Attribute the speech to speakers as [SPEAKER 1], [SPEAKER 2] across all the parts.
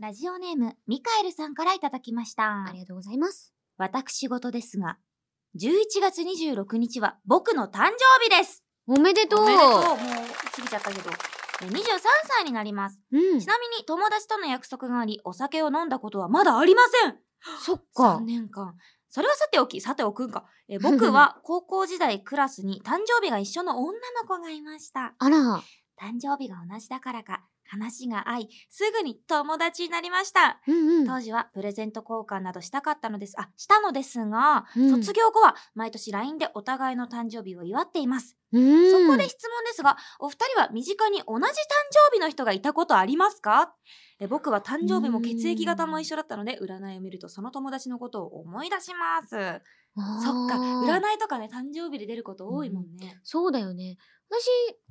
[SPEAKER 1] ラジオネーム、ミカエルさんからいただきました
[SPEAKER 2] あ。りがとうございます。
[SPEAKER 1] 私事ですが、11月26日は僕の誕生日です
[SPEAKER 2] おめでとう
[SPEAKER 1] おめでとうもう過ぎちゃったけど。え23歳になります。
[SPEAKER 2] うん
[SPEAKER 1] ち。なみに友達との約束があり、お酒を飲んだことはまだありません
[SPEAKER 2] そっ
[SPEAKER 1] 3
[SPEAKER 2] か。
[SPEAKER 1] 年間。それはさておき、さておくんか。え僕 は高校時代クラスに誕生日が一緒の女の子がいました。
[SPEAKER 2] あら。
[SPEAKER 1] 誕生日が同じだからか、話が合い、すぐに友達になりました。
[SPEAKER 2] うんうん。
[SPEAKER 1] 当時はプレゼント交換などしたかったのです。あ、したのですが、
[SPEAKER 2] うん
[SPEAKER 1] 卒業後は毎年 LINE でお互いの誕生日を祝っています。
[SPEAKER 2] うん
[SPEAKER 1] そこで質問ですが、お二人は身近に同じ誕生日の人がいたことありますかえ僕は誕生日も血液型も一緒だったので、占いを見るとその友達のことを思い出します。そっか、占
[SPEAKER 2] い。
[SPEAKER 1] いとかね、誕生日で出ること多いもんね。
[SPEAKER 2] そうだよね。私、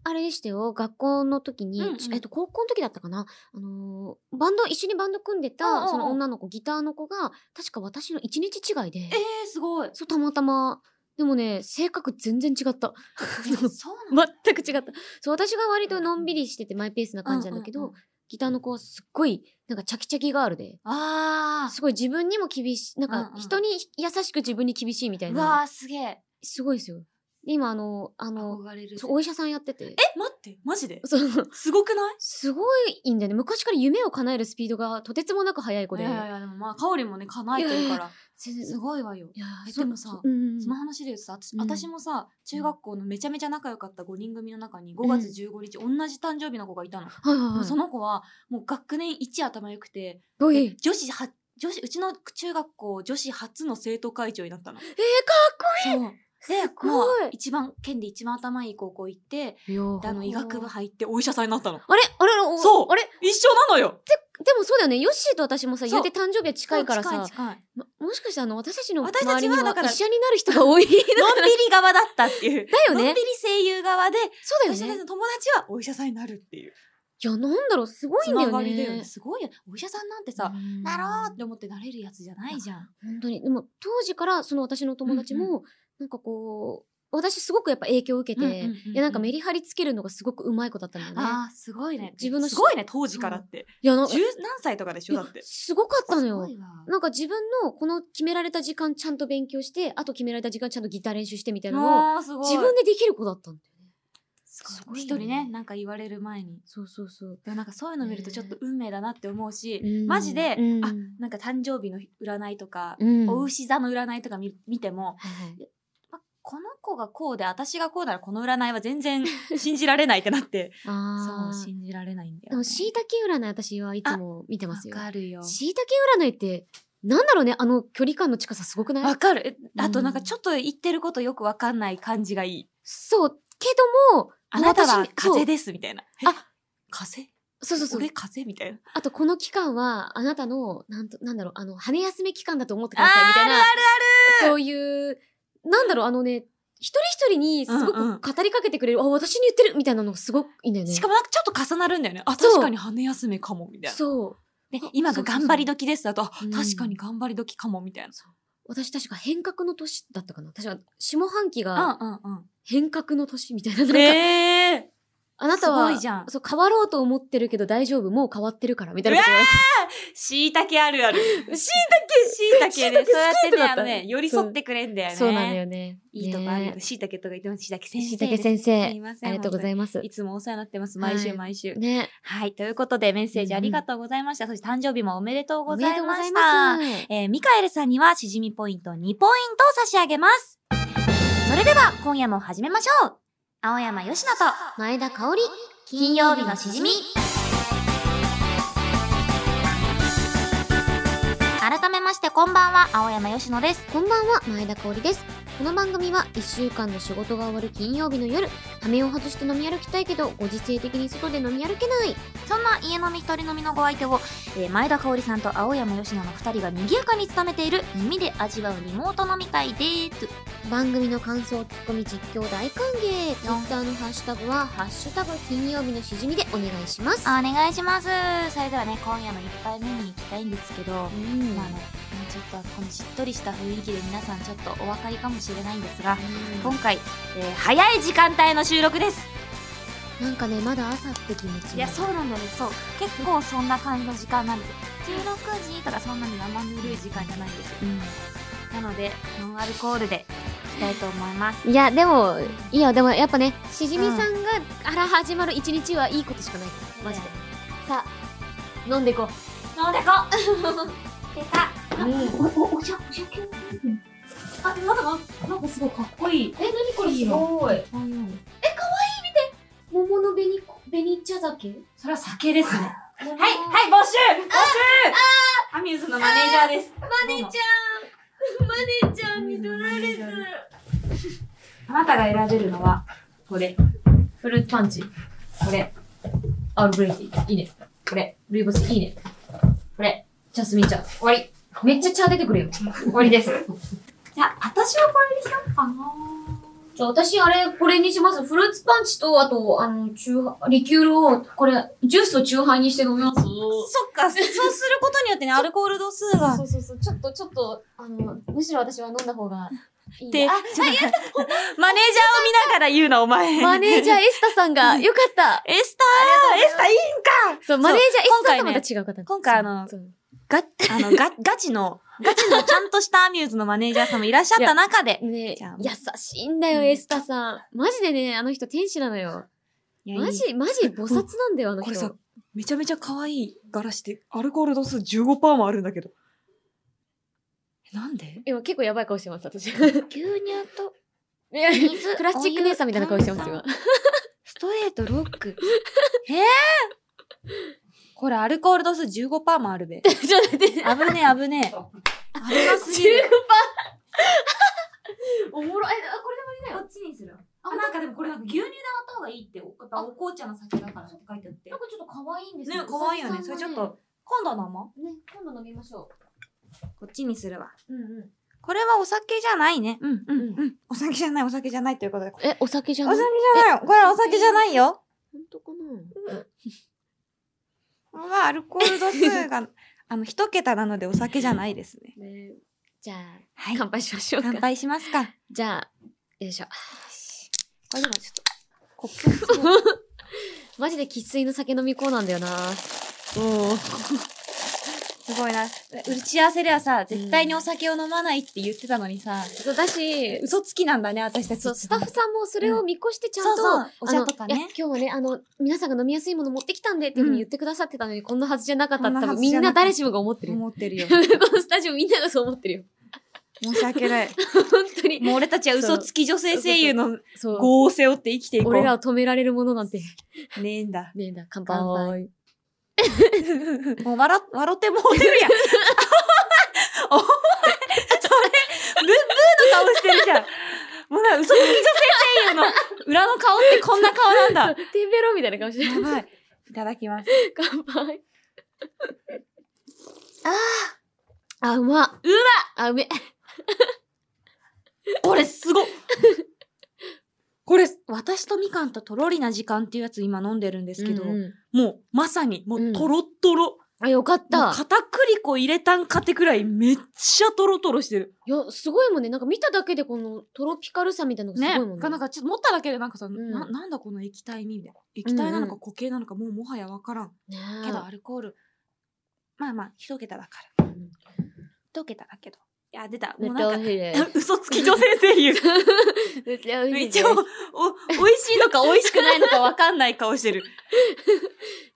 [SPEAKER 2] あれでしたよ。学校の時に、
[SPEAKER 1] うんうん
[SPEAKER 2] ちえっと、高校の時だったかな。あのーバンド、一緒にバンド組んで
[SPEAKER 1] うんうんう
[SPEAKER 2] た、
[SPEAKER 1] ん
[SPEAKER 2] その女の子、ギターの子が、確か私の一日違いで
[SPEAKER 1] え、ー、す ごい。
[SPEAKER 2] そう、たまたま、でもね、性格全然違 った。
[SPEAKER 1] そうなんだ。
[SPEAKER 2] 全く違った。そう、私が割とのんびりしててマイペースな感じなんだけど、
[SPEAKER 1] うんうんうん
[SPEAKER 2] ギターの子はすっごい、なんかチャキチャキガールで、
[SPEAKER 1] あ
[SPEAKER 2] すごい自分にも厳しい、なん
[SPEAKER 1] うん
[SPEAKER 2] か
[SPEAKER 1] うん
[SPEAKER 2] 人に優しく自分に厳しいみた
[SPEAKER 1] あ。
[SPEAKER 2] いうな。
[SPEAKER 1] わー、すげえ。
[SPEAKER 2] すごいですよ。で、今あの、あの、
[SPEAKER 1] 憧れる。
[SPEAKER 2] そうお医者さんやってて。
[SPEAKER 1] え、待って、マジで
[SPEAKER 2] そう、
[SPEAKER 1] すごくない
[SPEAKER 2] すごいいいんだよね。昔から夢を叶えるスピードがとてつもなく速い子
[SPEAKER 1] い
[SPEAKER 2] で。
[SPEAKER 1] やいやいや、でもまあ、かおりんもね、叶えてるから、
[SPEAKER 2] 全然
[SPEAKER 1] すごいわよ。
[SPEAKER 2] いや
[SPEAKER 1] え
[SPEAKER 2] そ
[SPEAKER 1] でもさ
[SPEAKER 2] そうん
[SPEAKER 1] その話で言うとさ、私
[SPEAKER 2] うん
[SPEAKER 1] 私もさ、中学校のめちゃめちゃ仲良かった5人組の中に5月15日、同じ誕生日の子がいたの。
[SPEAKER 2] はいはい
[SPEAKER 1] も
[SPEAKER 2] は
[SPEAKER 1] う
[SPEAKER 2] い。
[SPEAKER 1] その子は、もう学年一頭良くて、
[SPEAKER 2] どういう
[SPEAKER 1] で女子は、女子、うちの中学校女子初の生徒会長になったの。
[SPEAKER 2] えー、
[SPEAKER 1] そう。で、
[SPEAKER 2] すごい
[SPEAKER 1] もう一番、県で一番頭いい高校行って、
[SPEAKER 2] かっこいい
[SPEAKER 1] であの医学部入ってお医者さんになったの。
[SPEAKER 2] あれあれあれお
[SPEAKER 1] そう
[SPEAKER 2] あれ
[SPEAKER 1] 一緒なのよ
[SPEAKER 2] でもそうだよね。ヨッシーと私もさ、
[SPEAKER 1] そ
[SPEAKER 2] 言
[SPEAKER 1] う
[SPEAKER 2] うて誕生日は近いからさ、
[SPEAKER 1] 近い近い。
[SPEAKER 2] まもしかしてあの、私たちの
[SPEAKER 1] 私たちは
[SPEAKER 2] 周りには
[SPEAKER 1] だから
[SPEAKER 2] 医者になる人が 多い。
[SPEAKER 1] のんびり側だったって いう。
[SPEAKER 2] だよね
[SPEAKER 1] のんびり声優側で、
[SPEAKER 2] そうだ
[SPEAKER 1] 私
[SPEAKER 2] よ
[SPEAKER 1] たち
[SPEAKER 2] ね。
[SPEAKER 1] の友達はお医者さんになるっていう。
[SPEAKER 2] いや、なんだろう、すごい
[SPEAKER 1] つ
[SPEAKER 2] んだ
[SPEAKER 1] な
[SPEAKER 2] よ
[SPEAKER 1] がりだよ
[SPEAKER 2] ね
[SPEAKER 1] ね。。すごいよ。お医者さんなんてさ、
[SPEAKER 2] うん
[SPEAKER 1] なろうって思ってなれるやつじゃないじゃん。
[SPEAKER 2] 本当に。でも、当時からその私の友達も、
[SPEAKER 1] うん
[SPEAKER 2] なんかこう、私すごくやっぱ影響を受けて、
[SPEAKER 1] うんうんうんうん
[SPEAKER 2] いや、なんかメリハリつけるのがすごくうまい子だったんだよね。
[SPEAKER 1] ああ、すごいね。
[SPEAKER 2] 自分の
[SPEAKER 1] すごいね、当時からって。
[SPEAKER 2] いや、なんか
[SPEAKER 1] 十何歳とかでしょだっ
[SPEAKER 2] い
[SPEAKER 1] て
[SPEAKER 2] や。すごかったのよ
[SPEAKER 1] すご。いわ
[SPEAKER 2] なんか自分のこの決められた時間ちゃんと勉強して、あと決められた時間ちゃんとギター練習してみたいなのを、
[SPEAKER 1] あーすごい。
[SPEAKER 2] 自分でできる子だったんだよね。
[SPEAKER 1] す
[SPEAKER 2] す
[SPEAKER 1] ご
[SPEAKER 2] ご
[SPEAKER 1] い。
[SPEAKER 2] い
[SPEAKER 1] 一
[SPEAKER 2] よ
[SPEAKER 1] 人
[SPEAKER 2] ね
[SPEAKER 1] ね、なんか言われる前に。
[SPEAKER 2] そうそうそう。
[SPEAKER 1] でもなんかそういうの見るとちょっと
[SPEAKER 2] ね
[SPEAKER 1] 運命だなって思うし、
[SPEAKER 2] うん
[SPEAKER 1] マジで、
[SPEAKER 2] うん
[SPEAKER 1] あ、なんか誕生日の占いとか、
[SPEAKER 2] うん
[SPEAKER 1] お牛座の占いとか見見ても、
[SPEAKER 2] はいはい
[SPEAKER 1] まこの子がこうで私がこうならこの占いは全然信じられないってなってそ
[SPEAKER 2] あ
[SPEAKER 1] う
[SPEAKER 2] あ。
[SPEAKER 1] 信じられないんだ
[SPEAKER 2] で
[SPEAKER 1] よ、
[SPEAKER 2] も、
[SPEAKER 1] ね、
[SPEAKER 2] しいたけ占い私はいつも見てますよ。
[SPEAKER 1] わかるよ
[SPEAKER 2] しいたけ占いって、なんだろうね、あの距離感の近さすごくない
[SPEAKER 1] わかるえ
[SPEAKER 2] ん
[SPEAKER 1] あとなんかちょっと言ってることよくわかんない感じがいい
[SPEAKER 2] そう、けども、
[SPEAKER 1] あなたは
[SPEAKER 2] 私そう
[SPEAKER 1] 風ですみたいなえ
[SPEAKER 2] あ
[SPEAKER 1] 風
[SPEAKER 2] そうそうそう
[SPEAKER 1] 俺。風みたいな
[SPEAKER 2] あと、この期間は、あなたの、なんと、なんだろう、あの、羽休め期間だと思ってください、みたいな。そういう、なんだろう、あのね、一人一人にすご
[SPEAKER 1] うんうん
[SPEAKER 2] く語りかけてくれる、あ、私に言ってるみたいなのがすごくいいんだよね。
[SPEAKER 1] しかもなんかちょっと重なるんだよねあ
[SPEAKER 2] そう
[SPEAKER 1] 確かに羽休めかもみたいな
[SPEAKER 2] そう。
[SPEAKER 1] で今が頑張り時ですだとあ
[SPEAKER 2] う
[SPEAKER 1] 確
[SPEAKER 2] ん
[SPEAKER 1] かに頑張り時かもみたいな
[SPEAKER 2] 私確か変革の年だったかな。確か、下半期が
[SPEAKER 1] うんうんう
[SPEAKER 2] 変革の年みたいな。なん
[SPEAKER 1] ん
[SPEAKER 2] か、
[SPEAKER 1] ええ
[SPEAKER 2] あなたは、
[SPEAKER 1] すごいじゃん
[SPEAKER 2] そう、変わろうと思ってるけど大丈夫、もう変わってるから、みたいなこと言われて。
[SPEAKER 1] しいたけあるある
[SPEAKER 2] し
[SPEAKER 1] しいたけで
[SPEAKER 2] 椎茸好き
[SPEAKER 1] そうやって
[SPEAKER 2] と
[SPEAKER 1] ね
[SPEAKER 2] かだ
[SPEAKER 1] あ
[SPEAKER 2] った
[SPEAKER 1] のね寄り添ってくれんだよね
[SPEAKER 2] そうなんだよね。
[SPEAKER 1] いいとこあるよ
[SPEAKER 2] ね。
[SPEAKER 1] しいたけとか言ってますしいたけ先生
[SPEAKER 2] しい
[SPEAKER 1] です
[SPEAKER 2] たけ先
[SPEAKER 1] すい
[SPEAKER 2] 生、
[SPEAKER 1] ません
[SPEAKER 2] ありがとうござ
[SPEAKER 1] ま
[SPEAKER 2] います。
[SPEAKER 1] いつもお世話になってます毎週
[SPEAKER 2] はい
[SPEAKER 1] 毎週はい、
[SPEAKER 2] ね。
[SPEAKER 1] ということでメッセージありがとうございました、そして誕生日もおめでとうご
[SPEAKER 2] おめで
[SPEAKER 1] ざい
[SPEAKER 2] とうご
[SPEAKER 1] ま
[SPEAKER 2] ざい
[SPEAKER 1] し
[SPEAKER 2] ま
[SPEAKER 1] た
[SPEAKER 2] す。
[SPEAKER 1] えーミカエルさんにはしじみポイント2ポイントを差し上げますそれでは今夜も始めましょう青山よしと
[SPEAKER 2] 前田香織、
[SPEAKER 1] 金曜日のしじみ改めましてこんばんは青山よしのです
[SPEAKER 2] こんばんは、前田香織です。この番組は1週間の仕事が終わる金曜日の夜、羽目を外して飲み歩きたいけど、ご時世的に外で飲み歩けない。
[SPEAKER 1] そんな家飲み一人飲みのご相手を、えー前田香織さんと青山佳乃の2人が賑やかに務めている耳で味わうリモート飲み会です。
[SPEAKER 2] 番組の感想、ツッコミ、実況大歓迎。Twitter のハッシュタグは、ハッシュタグ金曜日のしじみでお願いします。
[SPEAKER 1] お願いします。それではね、今夜の一杯目に行きたいんですけど、まあ
[SPEAKER 2] うん
[SPEAKER 1] あの、ちょっとこのしっとりした雰囲気で皆さんちょっとお分かりかもしれないんですが、今回、えー早い時間帯の収録です。
[SPEAKER 2] なんかね、まだ朝って気持ち
[SPEAKER 1] いや、そうなんだよね。そう。結構そんな感じの時間なんですよ。 16時とかそんなに生ぬるい時間じゃないんですよなのでノンアルコールでいきたいと思います
[SPEAKER 2] いやでもいいよでもやっぱねしじみさんがから始まる一日はいいことしかないからマジで、さあ飲んでいこう
[SPEAKER 1] 飲んでこ出たおおお茶お茶あなんかなんかすごいかっこいい
[SPEAKER 2] え何こ
[SPEAKER 1] れす
[SPEAKER 2] ごい
[SPEAKER 1] こういうの
[SPEAKER 2] 桃の紅こ紅茶酒はい
[SPEAKER 1] それは酒ですね
[SPEAKER 2] はい
[SPEAKER 1] はい、はい、募集募集アミューズのマネージャーです。マ
[SPEAKER 2] マネちゃんマネちゃんに取られた
[SPEAKER 1] あなたが選べるのは、これ、
[SPEAKER 3] フルーツパンチ。
[SPEAKER 1] これ、
[SPEAKER 3] あ、ブレーキいいね。
[SPEAKER 1] これ。
[SPEAKER 3] ルイボスいいね。これ。ジャスミン茶。終わり。めっちゃ茶出てくるよ。終わりです。
[SPEAKER 1] じゃあ、私はこれにしようかな
[SPEAKER 3] じゃあ私、あれ、これにします。フルーツパンチと、あと、あの、中ハリキュールを、これ、ジュースを中杯にして飲みます。
[SPEAKER 1] そっか、そうすることによってね、アルコール度数が
[SPEAKER 2] そ。うそうそうちょっとちょっとあのむしろ私は飲んだ方がいい
[SPEAKER 1] で、
[SPEAKER 2] あ
[SPEAKER 1] ちょっとマネージャーを見ながら言うな、お前。
[SPEAKER 2] マネージャーエスタさんがよかった
[SPEAKER 1] エスターエスタいいんか
[SPEAKER 2] そうマネージャーエスタと
[SPEAKER 1] 今回ね
[SPEAKER 2] また違う方
[SPEAKER 1] 今回あの
[SPEAKER 2] そう
[SPEAKER 1] が、あの、 が、ガチの、ガチのちゃんとしたアミューズのマネージャーさんもいらっしゃった中で。
[SPEAKER 2] ね
[SPEAKER 1] じゃあ
[SPEAKER 2] 優しいんだよ、
[SPEAKER 1] うん
[SPEAKER 2] エスタさん。マジでね、あの人天使なのよ。
[SPEAKER 1] い
[SPEAKER 2] マ
[SPEAKER 1] やいい
[SPEAKER 2] ジ、マジ菩薩なんだよ、あの
[SPEAKER 4] これ
[SPEAKER 2] 人
[SPEAKER 4] さ。めちゃめちゃ可愛い柄してアルコール度数15%もあるんだけどえなんで
[SPEAKER 2] 今結構やばい顔してます、 私。い
[SPEAKER 1] 牛乳 と
[SPEAKER 2] や
[SPEAKER 1] 水
[SPEAKER 2] プラスチック姉さんみたいな顔してます、
[SPEAKER 1] お湯
[SPEAKER 2] 今。
[SPEAKER 1] ストレートロッ ク。えぇ、これアルコール度数15%もあるべ。
[SPEAKER 2] ちょっと待って。
[SPEAKER 1] 危ねえ危ねえ。危なすぎる。
[SPEAKER 3] おもろい。え、こ
[SPEAKER 1] こっちにする。あ、なんかでもこれなんか牛乳で割った方がいいって、やっぱお紅茶の酒だからって書いてあって
[SPEAKER 3] れ、な。んかちょっと可愛いんです
[SPEAKER 1] ね、可愛いよね。それちょっ。と、今度飲も
[SPEAKER 3] ね、今度飲みましょ
[SPEAKER 1] う。こっちにするわ。
[SPEAKER 3] う。うんうん。
[SPEAKER 1] これはお酒じゃないね。うんうんうん。お酒じゃない、お酒じゃないということで。お
[SPEAKER 2] え、お酒じゃ
[SPEAKER 1] 酒
[SPEAKER 2] ない
[SPEAKER 1] じゃない。これはお酒じゃないよ。
[SPEAKER 2] 本当かな
[SPEAKER 1] これはアルコール度数が、あの、一桁なのでお酒じゃないですね。
[SPEAKER 2] ねじゃあ、
[SPEAKER 1] はい。
[SPEAKER 2] 乾杯しましょう
[SPEAKER 1] 乾
[SPEAKER 2] か。
[SPEAKER 1] 杯しますか。
[SPEAKER 2] じゃあ、よいしょ。
[SPEAKER 1] あ、でもちょっと、コップすごい
[SPEAKER 2] マジで喫水の酒飲み子なんだよな。
[SPEAKER 1] すごいな。打ち合わせではさ、絶対にお酒を飲まないって言ってたのにさ、
[SPEAKER 2] そうだし、
[SPEAKER 1] 嘘つきなんだね、私たち。
[SPEAKER 2] そう、スタッフさんもそれを見越してちゃんと、
[SPEAKER 1] そうそうお茶
[SPEAKER 2] あの
[SPEAKER 1] とか
[SPEAKER 2] いや
[SPEAKER 1] ね。
[SPEAKER 2] 今日はね、あの、皆さんが飲みやすいもの持ってきたんでっていうふうに言ってくださってたのに、こんなはずじゃなかった
[SPEAKER 1] こんな
[SPEAKER 2] 多
[SPEAKER 1] は
[SPEAKER 2] 分
[SPEAKER 1] ず
[SPEAKER 2] み
[SPEAKER 1] じ
[SPEAKER 2] ん
[SPEAKER 1] ゃなか
[SPEAKER 2] な
[SPEAKER 1] った
[SPEAKER 2] 誰しもが思ってる。こ
[SPEAKER 1] 思ってるよ。
[SPEAKER 2] の スタジオみんながそう思ってるよ。
[SPEAKER 1] 申し訳ない。
[SPEAKER 2] 本当に。
[SPEAKER 1] もう俺たちは嘘つき女性声優の
[SPEAKER 2] そう。
[SPEAKER 1] 業を背負って生きていこう。
[SPEAKER 2] 俺らを止められるものなんて。
[SPEAKER 1] ねえんだ。
[SPEAKER 2] ねえな、乾
[SPEAKER 1] 乾
[SPEAKER 2] 杯。
[SPEAKER 1] 杯。もう 笑、笑ってもうてるやん。 お前、それ、ブッブーの顔してるじゃん。もうな、嘘つき女性声優の裏の顔ってこんな顔なんだ。
[SPEAKER 2] テンベロみたいな顔して
[SPEAKER 1] や
[SPEAKER 2] る。
[SPEAKER 1] ばい。いただきます。
[SPEAKER 2] 乾杯。ああ。あ、うま。うまあ、うめ。
[SPEAKER 1] これすごっ これ、私とみかんととろりな時間っていうやつ今飲んでるんですけど、
[SPEAKER 2] うんうん
[SPEAKER 1] もうまさに、もううんとろっとろ。
[SPEAKER 2] あ、よかっ
[SPEAKER 1] もう
[SPEAKER 2] た。
[SPEAKER 1] 片栗粉入れたんかってくらいめっちゃとろとろしてる。
[SPEAKER 2] いや、すごいもんね。なんか見ただけでこのトロピカルさみたいなのがす
[SPEAKER 1] ね。
[SPEAKER 2] ごいもんね。
[SPEAKER 1] なんかちょっと持っただけでなんかさ、
[SPEAKER 2] ん
[SPEAKER 1] ななんだこの液体みたいな。液体なの
[SPEAKER 2] うんう
[SPEAKER 1] か
[SPEAKER 2] ん
[SPEAKER 1] 固形なのかもうもはやわからん。
[SPEAKER 2] ね
[SPEAKER 1] けどアルコール、まあまあ一桁だから。
[SPEAKER 2] え
[SPEAKER 1] 一桁だけど。いや、出た。
[SPEAKER 2] め
[SPEAKER 1] もう
[SPEAKER 2] っちゃ
[SPEAKER 1] な
[SPEAKER 2] 美
[SPEAKER 1] ん
[SPEAKER 2] 味
[SPEAKER 1] か、
[SPEAKER 2] しい です。
[SPEAKER 1] 嘘つき女性声優。
[SPEAKER 2] めっちゃ
[SPEAKER 1] め
[SPEAKER 2] 美
[SPEAKER 1] っ
[SPEAKER 2] 味し
[SPEAKER 1] ち
[SPEAKER 2] い
[SPEAKER 1] ゃお、お、美味しいのか美味しくないのかわかんない顔してる。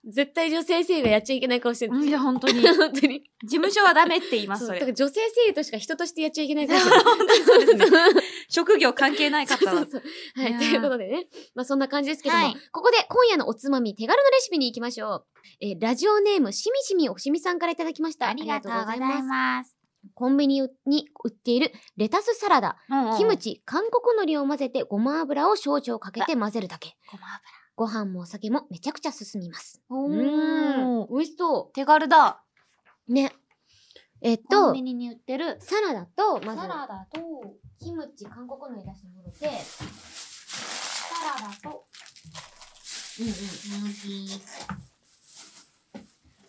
[SPEAKER 2] 絶対女性声優がやっちゃいけない顔してる。
[SPEAKER 1] いや、本当 に。
[SPEAKER 2] 本当に。
[SPEAKER 1] 事務所はダメって言います、
[SPEAKER 2] そう
[SPEAKER 1] そ
[SPEAKER 2] だ
[SPEAKER 1] れ。
[SPEAKER 2] から
[SPEAKER 1] 本
[SPEAKER 2] 女性声優としか人としてやっちゃいけない顔して る。
[SPEAKER 1] 当にそうですね。職業関係ない
[SPEAKER 2] そう
[SPEAKER 1] 方
[SPEAKER 2] そ
[SPEAKER 1] は
[SPEAKER 2] う。そう。はい
[SPEAKER 1] いや
[SPEAKER 2] い、と
[SPEAKER 1] ー
[SPEAKER 2] いうことでね。まあそんな感じですけども、
[SPEAKER 1] はい
[SPEAKER 2] ここで今夜のおつまみ手軽のレシピに行きましょう。えーラジオネームしみしみおしみさんからいただきました。す。
[SPEAKER 1] ます。
[SPEAKER 2] コンビニに売っているレタスサラダ、キムチ、韓国海苔を混ぜてごま油を少々かけて混ぜるだけ。
[SPEAKER 1] ごま
[SPEAKER 2] ご飯もお酒もめちゃくちゃ進みます。う
[SPEAKER 1] 油。
[SPEAKER 2] ーん。美味しそ
[SPEAKER 1] 手軽だ。
[SPEAKER 2] う。ね。えっ
[SPEAKER 1] コン
[SPEAKER 2] と
[SPEAKER 1] ビ、ニに売ってる
[SPEAKER 2] サラダと、ま
[SPEAKER 1] サラ
[SPEAKER 2] ず、
[SPEAKER 1] ダと、
[SPEAKER 2] キムチ、韓国の出してもろて、
[SPEAKER 1] サラダと、うん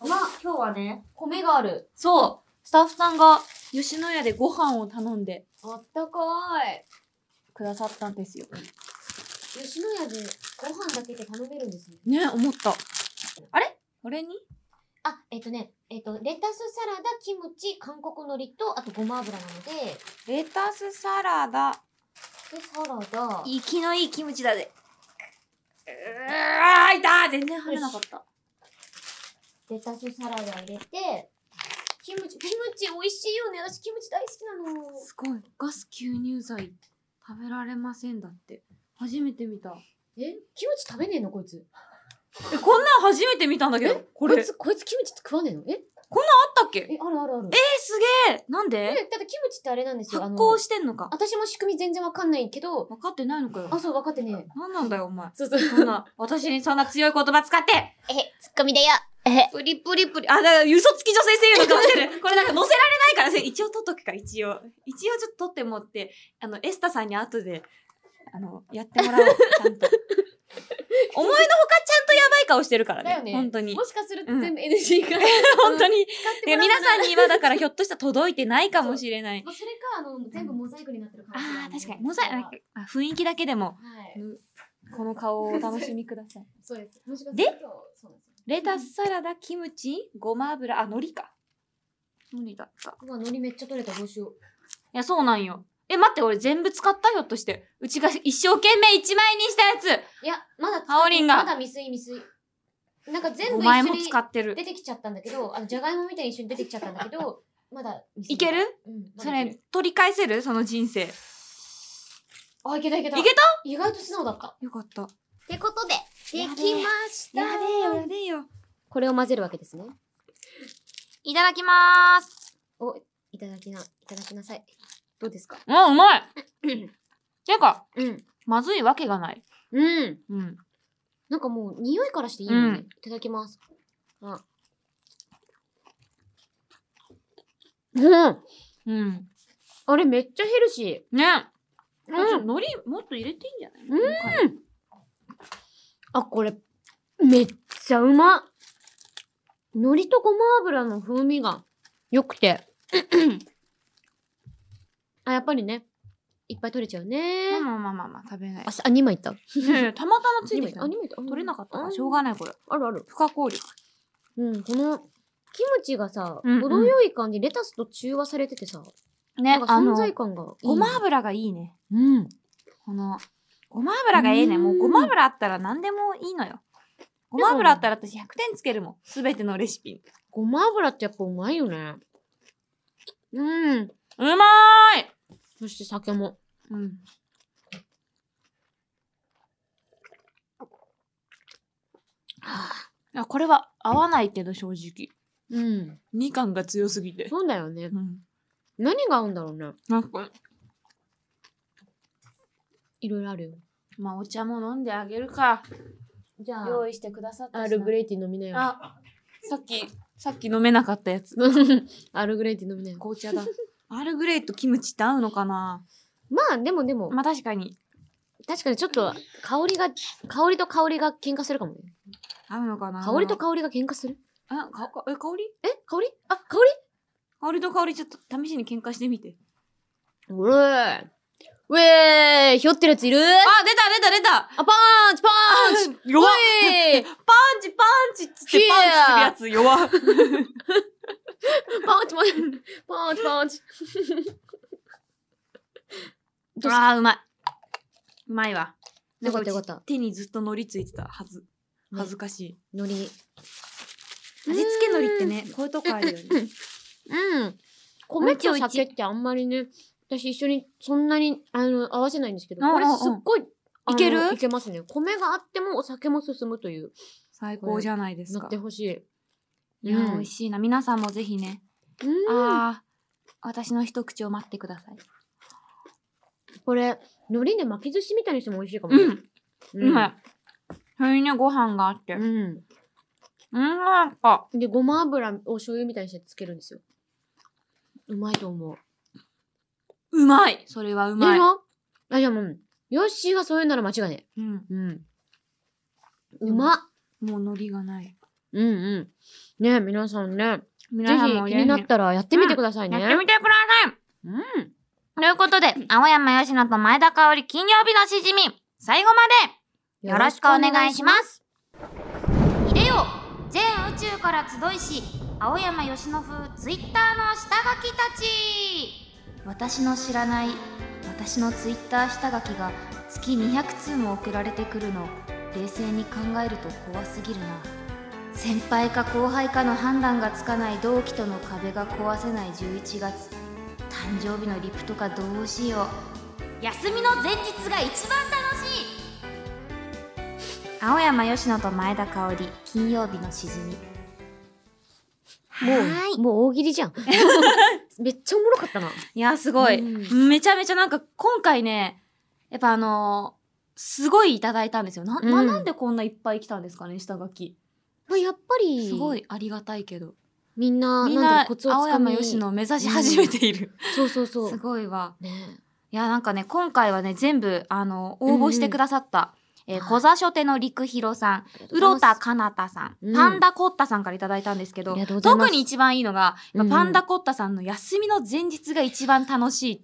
[SPEAKER 1] うん、まあ、今日はね、
[SPEAKER 2] 米がある。
[SPEAKER 1] そう、スタッフさんが吉野家でご飯を頼んで
[SPEAKER 2] あったかい。
[SPEAKER 1] くださったんですよ。
[SPEAKER 2] 吉野家でご飯だけで頼めるんですね。
[SPEAKER 1] ね、思った。あれこれに
[SPEAKER 2] あ、えっ、とね、えっ、と、レタスサラダ、キムチ、韓国海苔と、あとごま油なので、
[SPEAKER 4] レタスサラダ。
[SPEAKER 2] で、サラダ、
[SPEAKER 1] 息のいいキムチだぜ。うわー、いた全然跳ねなかった。
[SPEAKER 2] レタスサラダ入れて、キムチ、キムチ美味しいよね。私キムチ大好きなの。
[SPEAKER 1] すごい。ガス吸入剤食べられませんだって。初めて見た。
[SPEAKER 2] えキムチ食べねえのこいつ。
[SPEAKER 1] え、こんなん初めて見たんだけど。こ
[SPEAKER 2] こ
[SPEAKER 1] れ、
[SPEAKER 2] い
[SPEAKER 1] あっ
[SPEAKER 2] つ、こいつキムチって食わねえのえ
[SPEAKER 1] たっけえ、
[SPEAKER 2] え、あるあるある。
[SPEAKER 1] すげえなんで
[SPEAKER 2] えただキムチってあれなんです
[SPEAKER 1] 発
[SPEAKER 2] よ。あの
[SPEAKER 1] 酵してんのか。
[SPEAKER 2] 私も仕組み全然わかんないけど、
[SPEAKER 1] 分かってないのかよ。
[SPEAKER 2] あ、そう、分かってねえ。
[SPEAKER 1] なんなんだよ、お前。
[SPEAKER 2] そうそう。
[SPEAKER 1] そん な、私にそんな強い言葉使って
[SPEAKER 2] え、ツッコミだよ。え、
[SPEAKER 1] プリプリプリ。あ、だから、嘘つき女性声優の顔して る。これなんか載せられないから、それ一応撮っとくか、一応。一応ちょっと撮ってもって、あの、エスタさんに後で、あの、やって もらおう。ちゃんと。思いのほかちゃんとやばい顔してるから
[SPEAKER 2] だよ
[SPEAKER 1] ね。
[SPEAKER 2] ね
[SPEAKER 1] 本当に
[SPEAKER 2] も。しかすると
[SPEAKER 1] うん
[SPEAKER 2] 全部 NG が。
[SPEAKER 1] 本当に。
[SPEAKER 2] 使って
[SPEAKER 1] で
[SPEAKER 2] もらう
[SPEAKER 1] 皆さんには、だからひょっとしたら届いてないかもしれない。
[SPEAKER 2] まあそれか、あの、全部モザイクになってる感じ。
[SPEAKER 1] ああ、確かに。モザイあ雰囲気だけでも、
[SPEAKER 2] はい。
[SPEAKER 1] この顔をお楽しみください。
[SPEAKER 2] そうです。もしかす
[SPEAKER 1] で
[SPEAKER 2] ると、そうなんですよ。
[SPEAKER 1] レタスサラダ、キムチ、ごま油、あ、海苔か。海苔だった。
[SPEAKER 2] うわ、海苔めっちゃ取れた、どうしよう。
[SPEAKER 1] いや、そうなんよ。え、待って、俺全部使ったひょっとして。うちが一生懸命1枚にしたや
[SPEAKER 2] いや、まだ使って、
[SPEAKER 1] ハオリンが
[SPEAKER 2] まだ未遂未遂。なんか
[SPEAKER 1] つ。
[SPEAKER 2] 全
[SPEAKER 1] 5
[SPEAKER 2] 部
[SPEAKER 1] 枚
[SPEAKER 2] 一
[SPEAKER 1] も
[SPEAKER 2] 緒
[SPEAKER 1] 使
[SPEAKER 2] に
[SPEAKER 1] ってる
[SPEAKER 2] 出。てきちゃったんだけど、あの、じゃがいもみたいに一緒に出てきちゃったんだけど、まだ未遂
[SPEAKER 1] いける
[SPEAKER 2] うん。ま
[SPEAKER 1] そ
[SPEAKER 2] だいけ
[SPEAKER 1] れ
[SPEAKER 2] る、
[SPEAKER 1] 取り返せるその人生。
[SPEAKER 2] あ、いけたいけた。
[SPEAKER 1] いけ
[SPEAKER 2] た意外と素直だった。
[SPEAKER 1] よかった。
[SPEAKER 2] ってことで、
[SPEAKER 1] でき
[SPEAKER 2] し
[SPEAKER 1] やべえよ、やべえよ。
[SPEAKER 2] これを混ぜるわけですね。
[SPEAKER 1] いただきまーす。
[SPEAKER 2] お、いただきな、いただきなさい。どうですか
[SPEAKER 1] あ、うまい。
[SPEAKER 2] うん。
[SPEAKER 1] てか、
[SPEAKER 2] うん。
[SPEAKER 1] まずいわけがない。
[SPEAKER 2] うん。
[SPEAKER 1] うん。
[SPEAKER 2] なんかもう、匂いからしていいの
[SPEAKER 1] うん
[SPEAKER 2] に。いただきます。あ。うん。
[SPEAKER 1] うん。
[SPEAKER 2] あれ、めっちゃヘルシ
[SPEAKER 1] ね
[SPEAKER 2] ー。
[SPEAKER 1] うん。海苔もっと入れていいんじゃないうん。
[SPEAKER 2] あ、これ、めっちゃうま海苔とごま油の風味が良く て。あ、やっぱりね、いっぱい取れちゃうね。
[SPEAKER 1] まあまあまあまあ、食べない
[SPEAKER 2] あ、。あ2枚いった。
[SPEAKER 1] ねえたまたまついてき
[SPEAKER 2] 2枚いったた。
[SPEAKER 1] の。
[SPEAKER 2] 2枚いった。
[SPEAKER 1] 取れなかったから
[SPEAKER 2] あ
[SPEAKER 1] しょうがない、これ。
[SPEAKER 2] あるある。
[SPEAKER 1] 不可抗力。
[SPEAKER 2] うん、この、キムチがさ、
[SPEAKER 1] うんうん
[SPEAKER 2] 程よい感じ、レタスと中和されててさ、
[SPEAKER 1] ね
[SPEAKER 2] なん、か
[SPEAKER 1] あ
[SPEAKER 2] 存
[SPEAKER 1] の、
[SPEAKER 2] 在感がいい。
[SPEAKER 1] ごま油がいいね。
[SPEAKER 2] うん。
[SPEAKER 1] この、ごま油がええね。
[SPEAKER 2] うん
[SPEAKER 1] もうごま油あったら何でもいいのよ。ごま油あったら私100点つけるもん。すべてのレシピに。
[SPEAKER 2] ごま油ってやっぱうまいよね。うん。
[SPEAKER 1] うまーい
[SPEAKER 2] そして酒も。
[SPEAKER 1] うん。あこれは合わないけど正直。
[SPEAKER 2] うん。
[SPEAKER 4] みかんが強すぎて。
[SPEAKER 2] そうだよね。
[SPEAKER 1] うん。
[SPEAKER 2] 何が合うんだろうね。
[SPEAKER 4] なんか、
[SPEAKER 2] いろいろあるよ。
[SPEAKER 1] まあお茶も飲んであげるか。
[SPEAKER 2] じゃ
[SPEAKER 1] 用意してくださった
[SPEAKER 2] ア
[SPEAKER 1] し
[SPEAKER 2] ー
[SPEAKER 1] な
[SPEAKER 2] ルグレイティー飲みなよ。
[SPEAKER 1] あ、さっき、さっき飲めなかったやつ。
[SPEAKER 2] アールグレイティー飲みなよ。
[SPEAKER 1] 紅 茶だ。アールグレイとキムチって合うのかな
[SPEAKER 2] まあ、でもでも、
[SPEAKER 1] まあ確かに
[SPEAKER 2] 確かにちょっと、香りが、香りと香りが喧嘩するかもね。
[SPEAKER 1] 合うのかな
[SPEAKER 2] 香りと香りが喧嘩する
[SPEAKER 1] あ、か、かえ、香り
[SPEAKER 2] え香りあ、香
[SPEAKER 1] 香りと香りちょっと試しに喧嘩してみて。
[SPEAKER 2] りうれうえーひょってるやついる
[SPEAKER 1] あ、出た出た出た
[SPEAKER 2] あ、パーンチパーンチ
[SPEAKER 1] 弱っ
[SPEAKER 2] うえー
[SPEAKER 1] パンチパンチっつってパンチするやつ弱っ
[SPEAKER 2] パーンチパーンチパーンチパーンチどうした
[SPEAKER 1] あー、うまい。うまいわ。
[SPEAKER 2] よかったよかっ
[SPEAKER 1] なんうち
[SPEAKER 2] た。
[SPEAKER 1] 手にずっと海苔ついてたはず。恥ずかしい。
[SPEAKER 2] 海苔。
[SPEAKER 1] 味付け海苔ってね、こういうとこあるよね。
[SPEAKER 2] うん。米と酒ってあんまりね、私一緒にそんなにあの合わせないんですけど、
[SPEAKER 1] うんうん
[SPEAKER 2] こ
[SPEAKER 1] うん
[SPEAKER 2] れすっごい、あ
[SPEAKER 1] い
[SPEAKER 2] の
[SPEAKER 1] ける
[SPEAKER 2] いけますね。米があってもお酒も進むという、
[SPEAKER 1] 最高じゃないです
[SPEAKER 2] な
[SPEAKER 1] か
[SPEAKER 2] っ。てほしい。
[SPEAKER 1] いやー、
[SPEAKER 2] うん
[SPEAKER 1] 美味しいな。皆さんもぜひね。
[SPEAKER 2] うん、
[SPEAKER 1] あー、私の一口を待ってください。
[SPEAKER 2] これ、海苔で巻き寿司みたいにしても美味しいかもね。
[SPEAKER 1] うん、うまい。それにね、ご飯があって。
[SPEAKER 2] う
[SPEAKER 1] うん、
[SPEAKER 2] ん。
[SPEAKER 1] なんか、
[SPEAKER 2] で、ごま油を醤油みたいにしてつけるんですよ。うまいと思う。
[SPEAKER 1] うまいそれはうま
[SPEAKER 2] で
[SPEAKER 1] い
[SPEAKER 2] し。ょあ、じゃあもう、ヨッシーがそういうなら間違いね
[SPEAKER 1] うん。
[SPEAKER 2] え。うん。うまっ。
[SPEAKER 1] もう海苔がない。
[SPEAKER 2] うんうん。ねえ皆さんね、ぜ
[SPEAKER 1] 皆
[SPEAKER 2] ひ
[SPEAKER 1] さん
[SPEAKER 2] 気
[SPEAKER 1] も
[SPEAKER 2] になったらやってみてくださいね。
[SPEAKER 1] やってみてください
[SPEAKER 2] うん。
[SPEAKER 1] ということで、青山吉乃と前田香織金曜日のしじみ、最後までよろしくお願いします。入れよう
[SPEAKER 5] 全宇宙から集いし青山由伸風ツイッターの下書きたち
[SPEAKER 1] 私の知らない私のツイッター下書きが月200通も送られてくるの冷静に考えると怖すぎるな先輩か後輩かの判断がつかない同期との壁が壊せない11月誕生日のリプとかどうしよ
[SPEAKER 5] 休みの前日が一番楽しいう
[SPEAKER 1] 青山佳乃と前田香織金曜日のしじみ
[SPEAKER 2] も
[SPEAKER 1] はー
[SPEAKER 2] う、もう大喜 利じゃん。めっちゃおもろかったな。
[SPEAKER 1] いやすごい、
[SPEAKER 2] うん
[SPEAKER 1] めちゃめちゃなんか今回ねやっぱあのーすごいいただいたんですよな,、な
[SPEAKER 2] うん
[SPEAKER 1] なんでこんないっぱい来たんですかね下書き
[SPEAKER 2] まあ、やっぱり、
[SPEAKER 1] すごいありがたいけど
[SPEAKER 2] みんな、
[SPEAKER 1] みんな
[SPEAKER 2] なんだろうコツをつ
[SPEAKER 1] 青
[SPEAKER 2] か
[SPEAKER 1] 山
[SPEAKER 2] み。
[SPEAKER 1] 佳乃を目指し始めている、
[SPEAKER 2] そうそうそ
[SPEAKER 1] す
[SPEAKER 2] う。
[SPEAKER 1] ごいわ
[SPEAKER 2] ね
[SPEAKER 1] いやなんかね今回はね全部あの応募してくださった、
[SPEAKER 2] ん
[SPEAKER 1] えー小座書店の陸広さん、うろたかなたさん、
[SPEAKER 2] うん
[SPEAKER 1] パンダコッタさんからいただいたんですけど
[SPEAKER 2] ありがとうございます
[SPEAKER 1] 特に一番いいのが、やっ
[SPEAKER 2] うん
[SPEAKER 1] ぱパンダコッタさんの休みの前日が一番楽しい、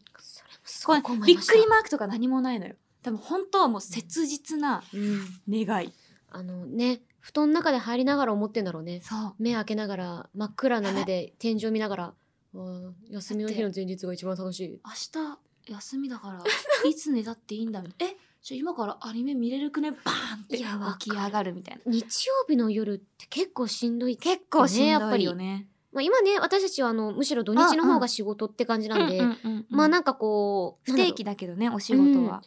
[SPEAKER 2] す
[SPEAKER 1] こ
[SPEAKER 2] ご
[SPEAKER 1] れ
[SPEAKER 2] い困
[SPEAKER 1] び
[SPEAKER 2] り
[SPEAKER 1] っ
[SPEAKER 2] ました
[SPEAKER 1] くりマークとか何もないのよ多分本当はもう切実な
[SPEAKER 2] うん
[SPEAKER 1] 願い、
[SPEAKER 2] あのね、布団の中で入りながら思ってんだろうね。
[SPEAKER 1] そう
[SPEAKER 2] 目開けながら、真っ暗な目で天井見ながら、うわ休みの日の前日が一番楽しい。
[SPEAKER 1] 明日休みだ からいつ寝たっていいんだみたいなえじゃあ今からアニメ見れるくねバーンって
[SPEAKER 2] いやわかる
[SPEAKER 1] 起き上がるみたいな
[SPEAKER 2] 日曜日の夜って結構しんどい。
[SPEAKER 1] 結構しんどいよ
[SPEAKER 2] ねやっぱり
[SPEAKER 1] ね
[SPEAKER 2] まあ、今ね、私たちはあの、むしろ土日の方が仕事って感じなんで、
[SPEAKER 1] うんうんうんうん
[SPEAKER 2] まあなんかこう、
[SPEAKER 1] 不定期
[SPEAKER 2] だ。
[SPEAKER 1] だけどねお仕事は、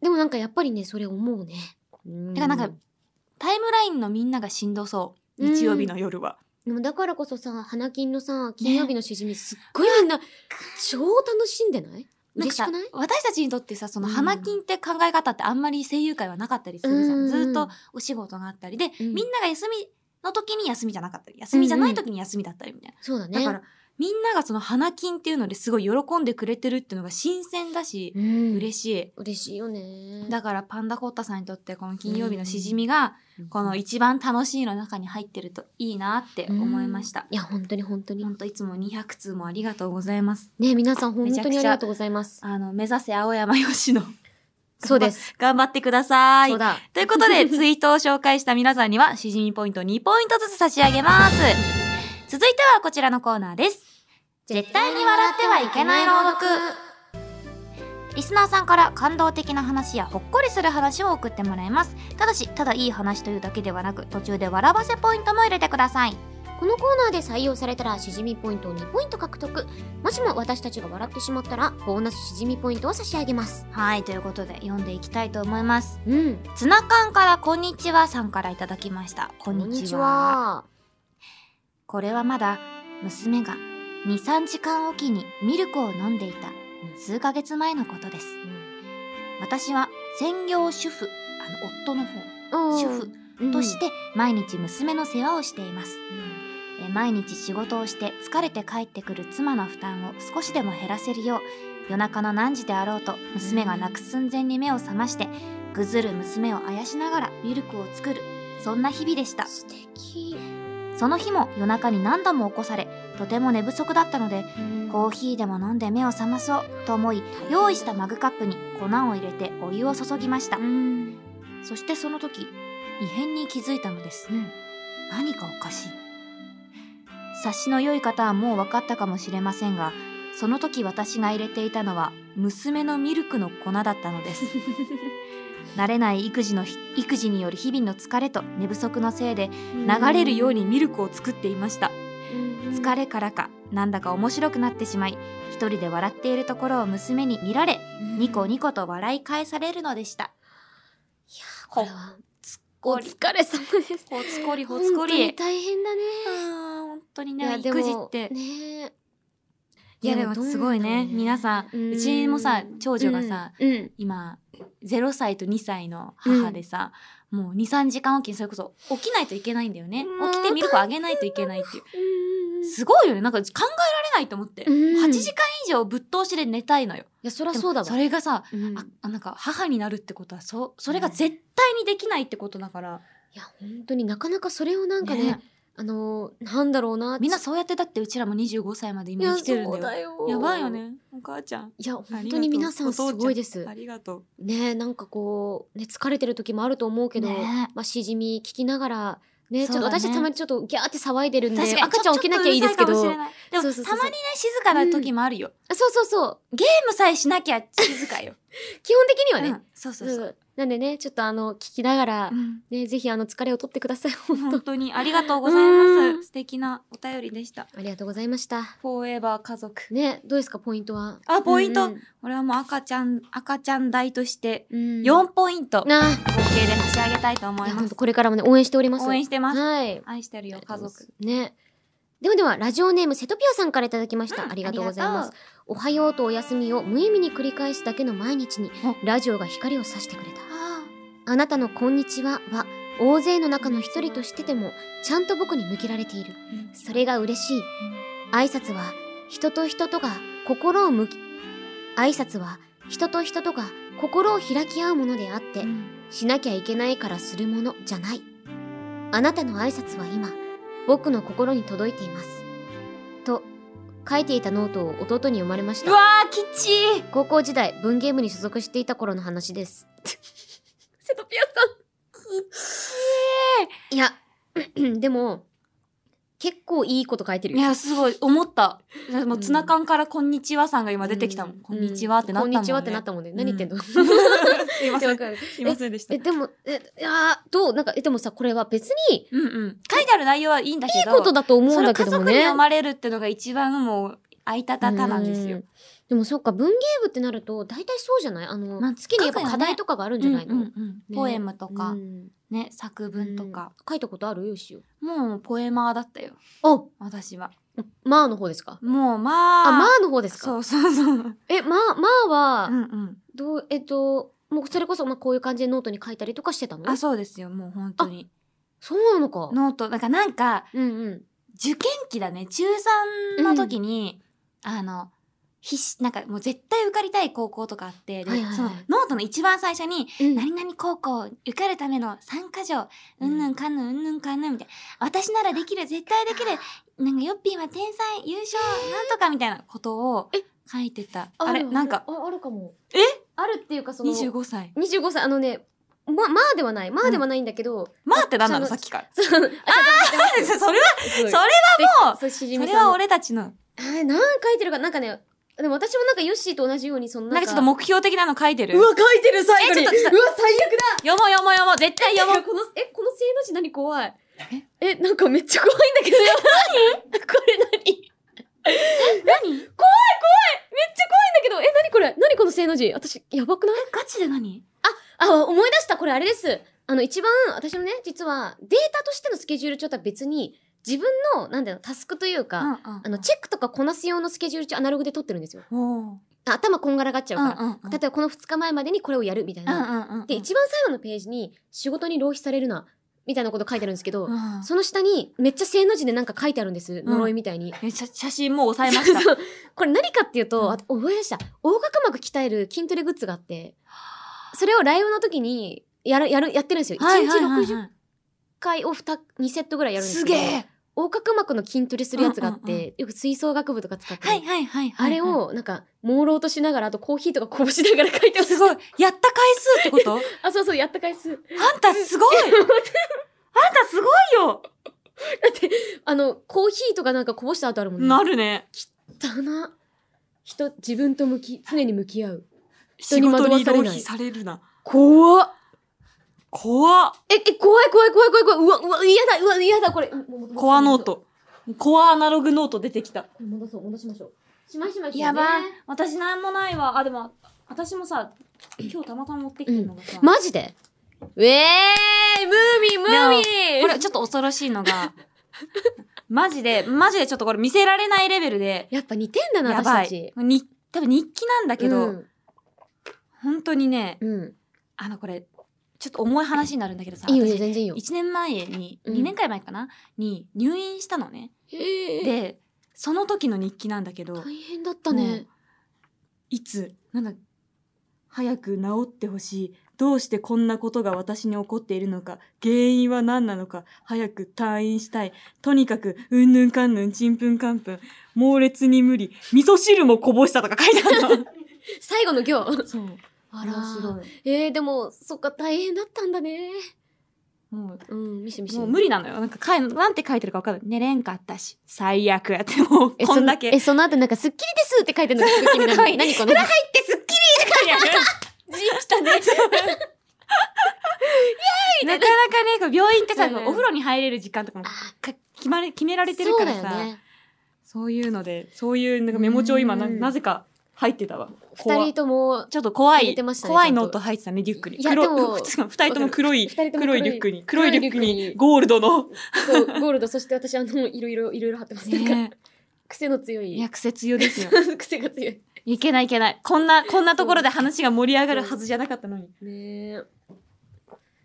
[SPEAKER 2] でもなんかやっぱりね、それ思うね。
[SPEAKER 1] だからなんかタイムラインのみんながしんどそう日曜日の夜は、
[SPEAKER 2] でもだからこそさ、花金のさ、金曜日のしじみ、すっごいみんな、超楽しんでない
[SPEAKER 1] なん
[SPEAKER 2] 嬉
[SPEAKER 1] か
[SPEAKER 2] し
[SPEAKER 1] さ
[SPEAKER 2] くない
[SPEAKER 1] 私たちにとってさその
[SPEAKER 2] うん
[SPEAKER 1] 花金って考え方ってあんまり声優界はなかったりするじゃん、
[SPEAKER 2] うん
[SPEAKER 1] ずーっとお仕事があったりで、
[SPEAKER 2] うん
[SPEAKER 1] みんなが休みの時に休みじゃなかったり休みじゃない時に休みだったりみたいな、
[SPEAKER 2] そうだね。
[SPEAKER 1] だからみんながその花金っていうのですごい喜んでくれてるっていうのが新鮮だし、
[SPEAKER 2] うん、
[SPEAKER 1] 嬉しい
[SPEAKER 2] 嬉しいよね。
[SPEAKER 1] だからパンダコッタさんにとってこの金曜日のしじみがこの一番楽しいの中に入ってるといいなって思いました、
[SPEAKER 2] いや、本当に本当に
[SPEAKER 1] ほ。んといつも200通もありがとうございます。
[SPEAKER 2] ね、皆さん本
[SPEAKER 1] めちゃくち
[SPEAKER 2] 当に
[SPEAKER 1] ゃ
[SPEAKER 2] ありがとうございます。
[SPEAKER 1] あの、目指せ青山よしの。
[SPEAKER 2] そうです。
[SPEAKER 1] 頑張ってください
[SPEAKER 2] そう。だ。
[SPEAKER 1] ということ で、ツイートを紹介した皆さんには、しじみポイント2ポイントずつ差し上げます。続いてはこちらのコーナーです。絶対に笑ってはいけない朗読。リスナーさんから感動的な話やほっこりする話を送ってもらいます。ただし、ただいい話というだけではなく、途中で笑わせポイントも入れてください。
[SPEAKER 2] このコーナーで採用されたらしじみポイントを2ポイント獲得もしも私たちが笑ってしまったらボーナスしじみポイントを差し上げます
[SPEAKER 1] はい、ということで、読んでいきたいと思います。
[SPEAKER 2] うん
[SPEAKER 1] ツナ缶からこんにちはさんからいただきました。こ
[SPEAKER 2] こ
[SPEAKER 1] んにちは。
[SPEAKER 2] は
[SPEAKER 1] これはまだ娘が2、3時間おきにミルクを飲んでいた数ヶ月前のことです。私は専業主婦、あの夫の方、主婦
[SPEAKER 2] 婦
[SPEAKER 1] として毎日娘の世話をしています。え毎日仕事をして疲れて帰ってくる妻の負担を少しでも減らせるよう夜中の何時であろうと娘が泣く寸前に目を覚ましてぐずる娘をあやしながらミルクを作るそんな日々でした
[SPEAKER 2] 素敵
[SPEAKER 1] その日も夜中に何度も起こされとても寝不足だったのでコーヒーでも飲んで目を覚まそうと思い用意したマグカップに粉を入れてお湯を注ぎました
[SPEAKER 2] うん
[SPEAKER 1] そしてその時異変に気づいたのです、
[SPEAKER 2] うん
[SPEAKER 1] 何かおかしい察しの良い方はもう分かったかもしれませんがその時私が入れていたのは娘のミルクの粉だったのです 慣れない育児のひ育児による日々の疲れと寝不足のせいで 流れるようにミルクを作っていました疲れからかなんだか面白くなってしまい一人で笑っているところを娘に見られニコニコと笑い返されるのでした
[SPEAKER 2] これは
[SPEAKER 1] お
[SPEAKER 2] お疲れ様 です
[SPEAKER 1] ほつこりほ
[SPEAKER 2] 本
[SPEAKER 1] つこ
[SPEAKER 2] 当に
[SPEAKER 1] り。
[SPEAKER 2] 大変だね
[SPEAKER 1] あー本当に
[SPEAKER 2] いや
[SPEAKER 1] ね、
[SPEAKER 2] でも
[SPEAKER 1] 育児って。
[SPEAKER 2] ね
[SPEAKER 1] いやでもすごいね、皆さん。うちもさ、長女がさ、
[SPEAKER 2] うんうん
[SPEAKER 1] 今、0歳と2歳の母でさ、もう2、3時間おきにそれこそ起きないといけないんだよね
[SPEAKER 2] う。ん
[SPEAKER 1] 起きてミルクあげないといけないっていう。
[SPEAKER 2] うん
[SPEAKER 1] すごいよね、なんか考えられないと思って。
[SPEAKER 2] うん
[SPEAKER 1] 8時間以上ぶっ通しで寝たいのよ。
[SPEAKER 2] いやそりゃそうだわ
[SPEAKER 1] でもそれがさ、
[SPEAKER 2] うん
[SPEAKER 1] ああなんか母になるってことはそそれが絶対にできないってことだから、
[SPEAKER 2] いや本当になかなかそれをなんかね
[SPEAKER 1] ね
[SPEAKER 2] あのーなんだろうな
[SPEAKER 1] みんな
[SPEAKER 2] ち
[SPEAKER 1] そうやってだってうちらも25歳まで
[SPEAKER 2] い
[SPEAKER 1] 今
[SPEAKER 2] や
[SPEAKER 1] 生きてるん
[SPEAKER 2] そ
[SPEAKER 1] だ
[SPEAKER 2] う
[SPEAKER 1] よ
[SPEAKER 2] だよ
[SPEAKER 1] やばいよねお母ちゃん
[SPEAKER 2] いや
[SPEAKER 4] あ
[SPEAKER 2] 本
[SPEAKER 4] りが
[SPEAKER 2] 当
[SPEAKER 4] とう
[SPEAKER 2] に皆さ
[SPEAKER 4] お
[SPEAKER 2] んす
[SPEAKER 4] 父ちゃん
[SPEAKER 2] ごいです
[SPEAKER 4] ありがとう。
[SPEAKER 2] ねえなんかこうね疲れてる時もあると思うけど、
[SPEAKER 1] ねえ
[SPEAKER 2] まあしじみ聞きながらね、ちょっと
[SPEAKER 1] そうだね
[SPEAKER 2] 私たちたまにちょっとギャーって騒いでるんで、
[SPEAKER 1] 確かに
[SPEAKER 2] 赤ちゃん起きなきゃいいですけど。
[SPEAKER 1] ちょ
[SPEAKER 2] そ
[SPEAKER 1] っとうるさいか
[SPEAKER 2] う
[SPEAKER 1] もしれないでも
[SPEAKER 2] そうそうそう
[SPEAKER 1] たまにね静かな時もあるよ、
[SPEAKER 2] そうそう。
[SPEAKER 1] ゲームさえしなきゃ静か よ、
[SPEAKER 2] 基本的には
[SPEAKER 1] う
[SPEAKER 2] ね。
[SPEAKER 1] ん、そうそうそう、
[SPEAKER 2] うんなんでね、ちょっとあの、聞きながら
[SPEAKER 1] う、ん
[SPEAKER 2] ね、ぜひあの、疲れを取ってくださ い。本
[SPEAKER 1] 本
[SPEAKER 2] 当。
[SPEAKER 1] 当にありがとうござ います素敵なお便りでした
[SPEAKER 2] ありがとうございました。
[SPEAKER 1] フォーエバー家族
[SPEAKER 2] ね、どうですか、ポイントは。
[SPEAKER 1] あポイント
[SPEAKER 2] うん
[SPEAKER 1] 俺はもう赤ちゃん赤ちゃん代として
[SPEAKER 2] うん。
[SPEAKER 1] 4ポイント合計
[SPEAKER 2] なあ。
[SPEAKER 1] で差し上げたいと思
[SPEAKER 2] い
[SPEAKER 1] い
[SPEAKER 2] や、
[SPEAKER 1] ま
[SPEAKER 2] 本当
[SPEAKER 1] す
[SPEAKER 2] これからもね、応援しております。
[SPEAKER 1] 応援してます
[SPEAKER 2] はい。
[SPEAKER 1] 愛してるよ家族。
[SPEAKER 2] ね。ではでは、ラジオネーム、セトピアさんからいただきました。ありがとうございます。おはようとおやすみを無意味に繰り返すだけの毎日に、ラジオが光を差してくれた。
[SPEAKER 1] あ
[SPEAKER 2] あなたのこんにちはは、大勢の中の一人としてても、ちゃんと僕に向けられている。それが嬉しい。挨拶は、人と人とが心を向き、挨拶は、人と人とが心を開き合うものであって
[SPEAKER 1] ー、うん
[SPEAKER 2] しなきゃいけないからするものじゃない。あなたの挨拶は今、僕の心に届いています。と、書いていたノートを弟に読まれまし
[SPEAKER 1] う
[SPEAKER 2] た
[SPEAKER 1] わ。ーきちい
[SPEAKER 2] 高校時代、文芸部に所属していた頃の 話です。セトピアさん。 いや、で も、結構いいこと書いてる
[SPEAKER 1] い
[SPEAKER 2] よ。
[SPEAKER 1] やすごい思ったもうツナ缶から「こんにちは」さんが今
[SPEAKER 2] うん
[SPEAKER 1] 出てきたもん「こんにちは」ってなったもん、ね、
[SPEAKER 2] こんにちはってなったもんね。何言ってん の、
[SPEAKER 4] すいません。
[SPEAKER 2] え、
[SPEAKER 4] すいませんでした。
[SPEAKER 2] でも、え、いやーどうなんか、え、でもさ、これは別に、
[SPEAKER 1] うんうん書いてある内容はいいんだけど
[SPEAKER 2] いいことだと思う
[SPEAKER 1] そ
[SPEAKER 2] ん
[SPEAKER 1] れを
[SPEAKER 2] だけ
[SPEAKER 1] 家
[SPEAKER 2] ども
[SPEAKER 1] 族に
[SPEAKER 2] ね。
[SPEAKER 1] 読まれるってのが一番もうあいたたたなんです
[SPEAKER 2] う
[SPEAKER 1] よ
[SPEAKER 2] ん。でもそっか文芸部ってなると大体そうじゃないあの、
[SPEAKER 1] まあ
[SPEAKER 2] 月にやっぱ課題とかがあるんじゃないの、
[SPEAKER 1] うんうんうんポエムとか、
[SPEAKER 2] うん
[SPEAKER 1] ね作文とか、
[SPEAKER 2] 書いたことあるよしお
[SPEAKER 1] もうポエマーだったよ
[SPEAKER 2] あ
[SPEAKER 1] 私は
[SPEAKER 2] まあの方ですか
[SPEAKER 1] もうまあ
[SPEAKER 2] あまあの方です
[SPEAKER 1] そ
[SPEAKER 2] か
[SPEAKER 1] うそうそううん
[SPEAKER 2] えまあまあ
[SPEAKER 1] う
[SPEAKER 2] は
[SPEAKER 1] ん
[SPEAKER 2] どうえっともうそれこそまあこういう感じでノートに書いたりとかしてたの
[SPEAKER 1] あそうですよもう本当に
[SPEAKER 2] そうなのか
[SPEAKER 1] ノートなんかなんか
[SPEAKER 2] うんうん
[SPEAKER 1] 受験期だね中3の時に、あの必死なんかもう絶対受かりたい高校とかあって、で
[SPEAKER 2] はいはいはい
[SPEAKER 1] そのノートの一番最初に
[SPEAKER 2] うん
[SPEAKER 1] 何々高校受かるための3か条うんぬんかんぬんうんぬんかんぬんみたいな私ならできる絶対できるなんかヨッピーは天才優勝なんとかみたいなことを
[SPEAKER 2] え
[SPEAKER 1] 書いてたあれ
[SPEAKER 2] る
[SPEAKER 1] なんか
[SPEAKER 2] ああるかも
[SPEAKER 1] え
[SPEAKER 2] あるっていうかその
[SPEAKER 1] 25歳
[SPEAKER 2] 25歳あのねままあではないまあではないんだけど、
[SPEAKER 1] まあってなんなの
[SPEAKER 2] そ
[SPEAKER 1] さ
[SPEAKER 2] の
[SPEAKER 1] っきから
[SPEAKER 2] そうあちょっと 待っ て
[SPEAKER 1] それは
[SPEAKER 2] すごい
[SPEAKER 1] それはもう
[SPEAKER 2] そうしじ
[SPEAKER 1] そ
[SPEAKER 2] み
[SPEAKER 1] れ
[SPEAKER 2] さ
[SPEAKER 1] は
[SPEAKER 2] んの
[SPEAKER 1] 俺たちの
[SPEAKER 2] えー、何書いてるかなんかねでも私もなんかヨッシーと同じようにその
[SPEAKER 1] なんかちょっと目標的なの書いてる
[SPEAKER 4] うわ、書いてる最後に
[SPEAKER 1] え
[SPEAKER 4] う
[SPEAKER 1] ち
[SPEAKER 4] わ
[SPEAKER 1] ょっとちょっ、
[SPEAKER 4] 最悪だ
[SPEAKER 1] 読もう読もう読もう絶対読も
[SPEAKER 2] いや
[SPEAKER 1] う
[SPEAKER 2] このえこの正の字何怖いえなんかめっちゃ怖いんだけど これ何めっち
[SPEAKER 1] 何
[SPEAKER 2] ゃ怖いんだけどえ何これ何この正の字私やばくない
[SPEAKER 1] ガチで何
[SPEAKER 2] あ思い出したこれあれですあの一番私のね実はデータとしてのスケジュール帳とは別に自分のなんだろうタスクというか、あのチェックとかこなす用のスケジュール帳アナログで撮ってるんですよ
[SPEAKER 1] おー
[SPEAKER 2] あ頭こんがらがっちゃう
[SPEAKER 1] う
[SPEAKER 2] か
[SPEAKER 1] ん
[SPEAKER 2] ら、
[SPEAKER 1] うんうん
[SPEAKER 2] 例えばこの2日前までにこれをやるみたいな、
[SPEAKER 1] うんうんうん
[SPEAKER 2] で、一番最後のページに、仕事に浪費されるな、みたいなこと書いてあるんですけど、
[SPEAKER 1] うん
[SPEAKER 2] その下に、めっちゃ正の字でなんか書いてあるんです。呪いみたいに。
[SPEAKER 1] え写写真もう押さえました
[SPEAKER 2] そうこれ何かっていう
[SPEAKER 1] う
[SPEAKER 2] と、
[SPEAKER 1] ん
[SPEAKER 2] あ覚えました。横隔膜鍛える筋トレグッズがあって、それをライブの時に、やる、やる、やってるんですよ。
[SPEAKER 1] はいはいはいはい
[SPEAKER 2] 1日60回を 2, 2セットぐらいやるんです
[SPEAKER 1] す
[SPEAKER 2] け
[SPEAKER 1] げ
[SPEAKER 2] ど、
[SPEAKER 1] え
[SPEAKER 2] 横隔膜の筋トレするやつがあって、
[SPEAKER 1] うんうん
[SPEAKER 2] よく吹奏楽部とか使ってる、
[SPEAKER 1] はいはいはいはい
[SPEAKER 2] あれを、なんか、朦朧としながら、あとコーヒーとかこぼしながら書いてます す。
[SPEAKER 1] ごいやった回数ってこと
[SPEAKER 2] あ、そうそう、やった回数。
[SPEAKER 1] あんたすごいあんたすごいよ
[SPEAKER 2] だって、あの、コーヒーとかなんかこぼした後あるもんね。
[SPEAKER 1] なるね
[SPEAKER 2] だな。人、自分と向き、常に向き合う。人
[SPEAKER 4] 仕
[SPEAKER 2] に
[SPEAKER 4] 事
[SPEAKER 2] 惑わ
[SPEAKER 4] に
[SPEAKER 2] され
[SPEAKER 4] 浪
[SPEAKER 2] ない
[SPEAKER 4] 費されるな。
[SPEAKER 2] 怖っ。
[SPEAKER 4] 怖っ
[SPEAKER 2] え、え、怖い怖い怖い怖い怖い。うわ、うわ、嫌だ、うわ、嫌だ、これ。う
[SPEAKER 4] コアノー。ト。コアアナログノート出てきた。
[SPEAKER 2] 戻そう、戻しましょう。しましましょう、ね。
[SPEAKER 1] やばい私なんもないわあでも私もさ今日たまたま持ってきてるのがさ、
[SPEAKER 2] マジでうえーいムーミン、ムーミン
[SPEAKER 1] これちょっと恐ろしいのがマジでマジでちょっとこれ見せられないレベルで
[SPEAKER 2] やっぱ似てんだな、
[SPEAKER 1] や
[SPEAKER 2] 私
[SPEAKER 1] ば
[SPEAKER 2] た
[SPEAKER 1] い
[SPEAKER 2] ち。
[SPEAKER 1] に多分日記なんだけど、
[SPEAKER 2] うん。
[SPEAKER 1] 本当にね
[SPEAKER 2] うん
[SPEAKER 1] あのこれちょっと重い話になるんだけどさ
[SPEAKER 2] いいよ、いいよ
[SPEAKER 1] 私
[SPEAKER 2] 全然いいよ。
[SPEAKER 1] 1年前に、
[SPEAKER 2] うん
[SPEAKER 1] 2年くらい前かなに入院したのね
[SPEAKER 2] で、
[SPEAKER 1] でその時の日記なんだけど
[SPEAKER 2] 大変だったね。
[SPEAKER 4] いつ、なんだ、早く治ってほしい。どうしてこんなことが私に起こっているのか。原因は何なのか。早く退院したい。とにかく、うんぬんかんぬん、ちんぷんかんぷん。猛烈に無理。味噌汁もこぼしたとか書いてあ るの。
[SPEAKER 2] 最後の行。
[SPEAKER 4] そう。
[SPEAKER 2] あ
[SPEAKER 4] 面白い。
[SPEAKER 2] えー、でも、そっか、大変だったんだね。
[SPEAKER 4] も
[SPEAKER 2] うん、ミシミ
[SPEAKER 4] う
[SPEAKER 2] シ。
[SPEAKER 4] もう無理なのよなんかかいなんて書いてるか分かんない寝れんかったし最悪 やってもう
[SPEAKER 2] え、
[SPEAKER 4] こんだけ
[SPEAKER 2] そのえ、その後なんか、スッキリですって書いてるのがすごい気にな
[SPEAKER 4] かわい
[SPEAKER 2] る。
[SPEAKER 4] い
[SPEAKER 2] 何この。
[SPEAKER 4] 入ってすっきり
[SPEAKER 2] 字来た ね。
[SPEAKER 4] なかなかねこう病院ってさ、
[SPEAKER 2] うんうん
[SPEAKER 4] お風呂に入れる時間とかもか決まれ決められてる
[SPEAKER 2] そう
[SPEAKER 4] か
[SPEAKER 2] だ
[SPEAKER 4] ら
[SPEAKER 2] よ
[SPEAKER 4] さそう,、
[SPEAKER 2] ね。
[SPEAKER 4] いうのでそういうなんかメモ帳今な
[SPEAKER 2] うん
[SPEAKER 4] なぜか入ってたわ
[SPEAKER 2] 二人とも、
[SPEAKER 4] ちょっと怖
[SPEAKER 2] 入れ
[SPEAKER 4] い、
[SPEAKER 2] てましたね
[SPEAKER 4] 怖
[SPEAKER 2] ち
[SPEAKER 4] い
[SPEAKER 2] ゃんと
[SPEAKER 4] ノート入ってたねリュックに
[SPEAKER 2] いや
[SPEAKER 4] 黒
[SPEAKER 2] でも
[SPEAKER 4] 二人とも黒い
[SPEAKER 2] 二人とも黒
[SPEAKER 4] 黒
[SPEAKER 2] い
[SPEAKER 4] いリュックに
[SPEAKER 2] 黒
[SPEAKER 4] 黒
[SPEAKER 2] い
[SPEAKER 4] い
[SPEAKER 2] リ
[SPEAKER 4] リ
[SPEAKER 2] ュ
[SPEAKER 4] ュッ
[SPEAKER 2] ック
[SPEAKER 4] ク
[SPEAKER 2] に
[SPEAKER 4] にゴールドの、
[SPEAKER 2] そう、ゴールド、そして私、あの、いろいろ、いろいろ貼ってます。なんか、
[SPEAKER 4] ね、
[SPEAKER 2] 癖の強い。
[SPEAKER 4] いや癖強ですよ
[SPEAKER 2] 癖が強い。
[SPEAKER 4] いけないいけないこんなこんなところで話が盛り上がるはずじゃなかったのに
[SPEAKER 2] ねえ。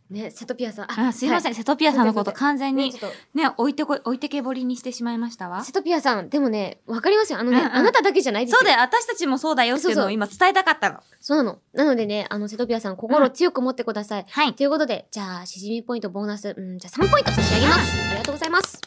[SPEAKER 2] ねセトピアさん。
[SPEAKER 1] あすいません、セトピアさんのこと完全
[SPEAKER 2] ね
[SPEAKER 1] に
[SPEAKER 2] ちょっ
[SPEAKER 1] ね置いてこい置いてけぼりにしてしまいましたわ
[SPEAKER 2] とセトピアさん、でもね、わかりますよ。あのね、
[SPEAKER 1] うんうん
[SPEAKER 2] あなただけじゃないですよ。
[SPEAKER 1] そうだよ私たちもそうだよっていうの
[SPEAKER 2] そう
[SPEAKER 1] を
[SPEAKER 2] そう
[SPEAKER 1] 今伝えたかったの
[SPEAKER 2] そうなの。なのでね、あの、セトピアさん、心を強く持ってください。
[SPEAKER 1] はい
[SPEAKER 2] ということで、じゃあ、しじみポイントボーナス、うん、じゃあ3ポイント差し上げます。ありがとうございます。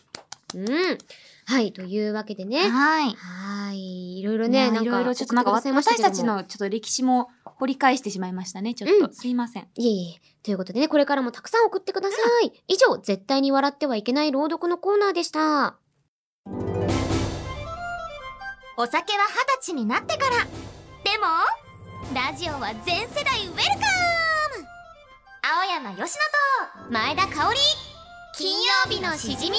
[SPEAKER 2] うん。はい、というわけでね。
[SPEAKER 1] はい
[SPEAKER 2] はーい。いろいろ
[SPEAKER 1] い
[SPEAKER 2] ね、
[SPEAKER 1] や
[SPEAKER 2] なん
[SPEAKER 1] い
[SPEAKER 2] か、
[SPEAKER 1] ろいろちょっとなんか
[SPEAKER 2] 送ってくださいまし
[SPEAKER 1] 私た
[SPEAKER 2] け
[SPEAKER 1] ち
[SPEAKER 2] ども。
[SPEAKER 1] のちょっと歴史も掘り返してしまいましたねちょっと、
[SPEAKER 2] うん
[SPEAKER 1] すいません
[SPEAKER 2] いえいえ。ということでね、これからもたくさん送ってください。以上、絶対に笑ってはいけない朗読のコーナーでした。
[SPEAKER 5] お酒は二十歳になってからでもラジオは全世代ウェルカム青山佳乃と前田香織金曜日のしじみ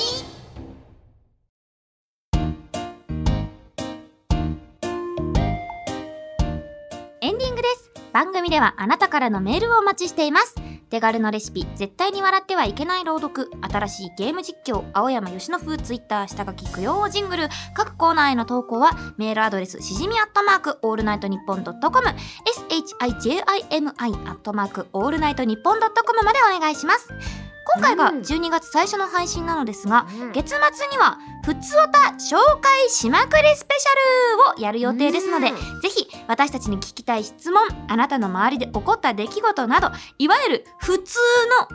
[SPEAKER 5] エンディングです番組ではあなたからのメールをお待ちしています手軽のレシピ絶対に笑ってはいけない朗読新しいゲーム実況青山佳乃風ツイッター下書き供養ジングル各コーナーへの投稿はメールアドレスしじみアットマークオールナイトニッポンドットコム shijimi アットマークオールナイトニッポンドットコムまでお願いします今回が
[SPEAKER 2] うん
[SPEAKER 5] 12月最初の配信なのですが
[SPEAKER 2] うん
[SPEAKER 5] 月末には「ふつおた紹介しまくりスペシャル」をやる予定ですので
[SPEAKER 2] うん
[SPEAKER 5] ぜひ私たちに聞きたい質問あなたの周りで起こった出来事などいわゆる普通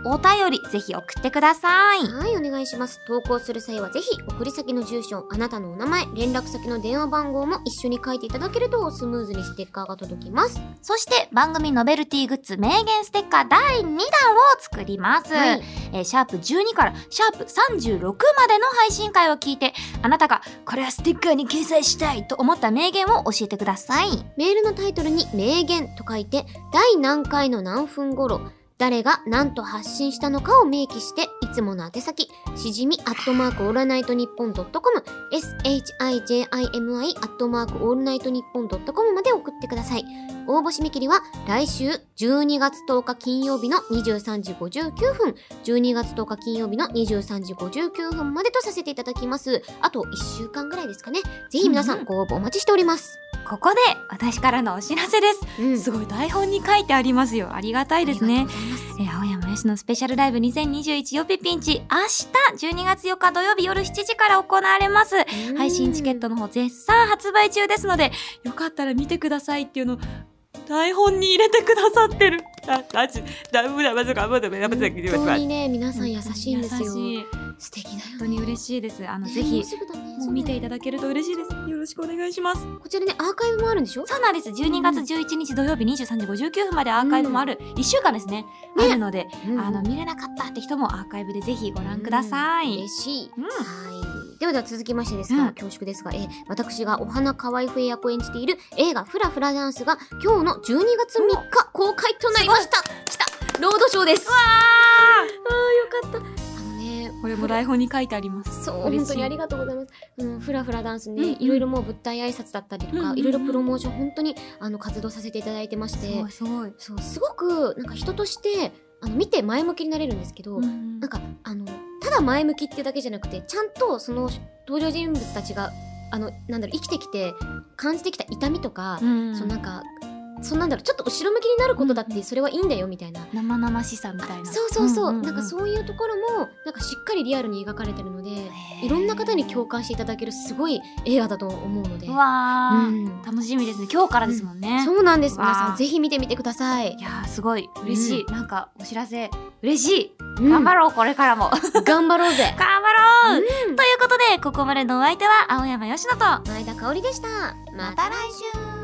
[SPEAKER 5] のお便りぜひ送ってください
[SPEAKER 2] はい、お願いします。投稿する際はぜひ、送り先の住所、あなたのお名前、連絡先の電話番号も一緒に書いていただけると、スムーズにステッカーが届きます。
[SPEAKER 5] そして番組ノベルティグッズ名言ステッカー第2弾を作ります、
[SPEAKER 2] はい。
[SPEAKER 5] えーシャープ12からシャープ36までの配信会を聞いてあなたがこれはステッカーに掲載したいと思った名言を教えてください
[SPEAKER 2] メールのタイトルに名言と書いて、第何回の何分頃、誰が何と発信したのかを明記して、いつもの宛先、しじみアットマークオールナイトニッポンドットコム、shijimi アットマークオールナイトニッポンドットコムまで送ってください。応募締め切りは来週12月10日金曜日の23時59分、12月10日金曜日の23時59分までとさせていただきます。あと1週間ぐらいですかね。ぜひ皆さ
[SPEAKER 4] うん
[SPEAKER 2] ん
[SPEAKER 4] うん
[SPEAKER 2] ご応募お待ちしております。
[SPEAKER 1] ここで私からのお知らせです
[SPEAKER 2] うん
[SPEAKER 1] すごい台本に書いてありますよありがたいです
[SPEAKER 2] あ
[SPEAKER 1] ね
[SPEAKER 2] りがとうございます
[SPEAKER 1] えー青山よしのスペシャルライブ2021よぴピンチ明日12月4日土曜日夜7時から行われます配信チケットの方絶賛発売中ですのでよかったら見てくださいっていうの台本に入れてくださってるあマジだぶだぶだぶだぶだぶだぶだぶだ
[SPEAKER 2] 本当に
[SPEAKER 1] ぶ
[SPEAKER 2] ね皆さん優しいんですよ
[SPEAKER 1] 優しい
[SPEAKER 2] 素敵だ
[SPEAKER 1] 本
[SPEAKER 2] よ
[SPEAKER 1] 当
[SPEAKER 2] ね
[SPEAKER 1] に嬉しいですあの
[SPEAKER 2] ね
[SPEAKER 1] ぜひ
[SPEAKER 2] うすぐだね
[SPEAKER 1] も
[SPEAKER 2] そうう
[SPEAKER 1] 見
[SPEAKER 2] 見て
[SPEAKER 1] ていただけると嬉しいですよろしくお願いします
[SPEAKER 2] こちらねアーカイブもあるんでしょ
[SPEAKER 1] そうなんです12月11日土曜日23時59分までアーカイブもある1週間ですね、
[SPEAKER 2] ね
[SPEAKER 1] あるので
[SPEAKER 2] うん
[SPEAKER 1] あの見れなかったって人もアーカイブでぜひご覧くださ
[SPEAKER 2] うん
[SPEAKER 1] い。
[SPEAKER 2] 嬉しい、
[SPEAKER 1] うん
[SPEAKER 2] はいではでは続きましてですが、
[SPEAKER 1] うん
[SPEAKER 2] 恐縮ですがえー私がお花可愛い笛役を演じている映画「フラフラダンス」が今日の12月3日公開となりました来たロードショーですわあーよかったあのね
[SPEAKER 1] これも台本に書いてあります。
[SPEAKER 2] そう
[SPEAKER 1] 嬉しい
[SPEAKER 2] 本当にありがとうございます。うん、フラフラダンスね、
[SPEAKER 1] うんうん
[SPEAKER 2] いろいろもう物体挨拶だったりと
[SPEAKER 1] うん
[SPEAKER 2] か、
[SPEAKER 1] うん
[SPEAKER 2] いろいろプロモーション本当にあの活動させていただいてまし
[SPEAKER 1] す
[SPEAKER 2] て
[SPEAKER 1] ごい、すごい。
[SPEAKER 2] そうすごくなんか人としてあの見て前向きになれるんですけど、
[SPEAKER 1] うん
[SPEAKER 2] なんかあのただ前向きってだけじゃなくて、ちゃんとその登場人物たちがあのなんだろう生きてきて感じてきた痛みとか、
[SPEAKER 1] うん
[SPEAKER 2] そのなんかそのなんだろうちょっと後ろ向きになることだっ
[SPEAKER 1] うんう
[SPEAKER 2] て
[SPEAKER 1] ん
[SPEAKER 2] それはいいんだよみたいな。
[SPEAKER 1] 生々しさみたいな。
[SPEAKER 2] そうそうそう、
[SPEAKER 1] んんん
[SPEAKER 2] なんかそういうところもなんかしっかりリアルに描かれてるので、いろんな方に共感していただけるすごい映画だと思うので。
[SPEAKER 1] うわー、
[SPEAKER 2] うん
[SPEAKER 1] 楽しみですね。今日からですもんね。
[SPEAKER 2] そうなんです。
[SPEAKER 1] うわー
[SPEAKER 2] 皆さんぜひ見てみてください
[SPEAKER 1] い。やーすごい嬉しい、なんかお知らせ嬉しい、
[SPEAKER 2] うん
[SPEAKER 1] 頑張ろうこれからも頑
[SPEAKER 2] 頑張ろうぜ。
[SPEAKER 1] 張ろう、
[SPEAKER 2] うん
[SPEAKER 1] ということでここまでのお相手は青山佳乃と
[SPEAKER 2] 前田香織でした。また
[SPEAKER 5] また来週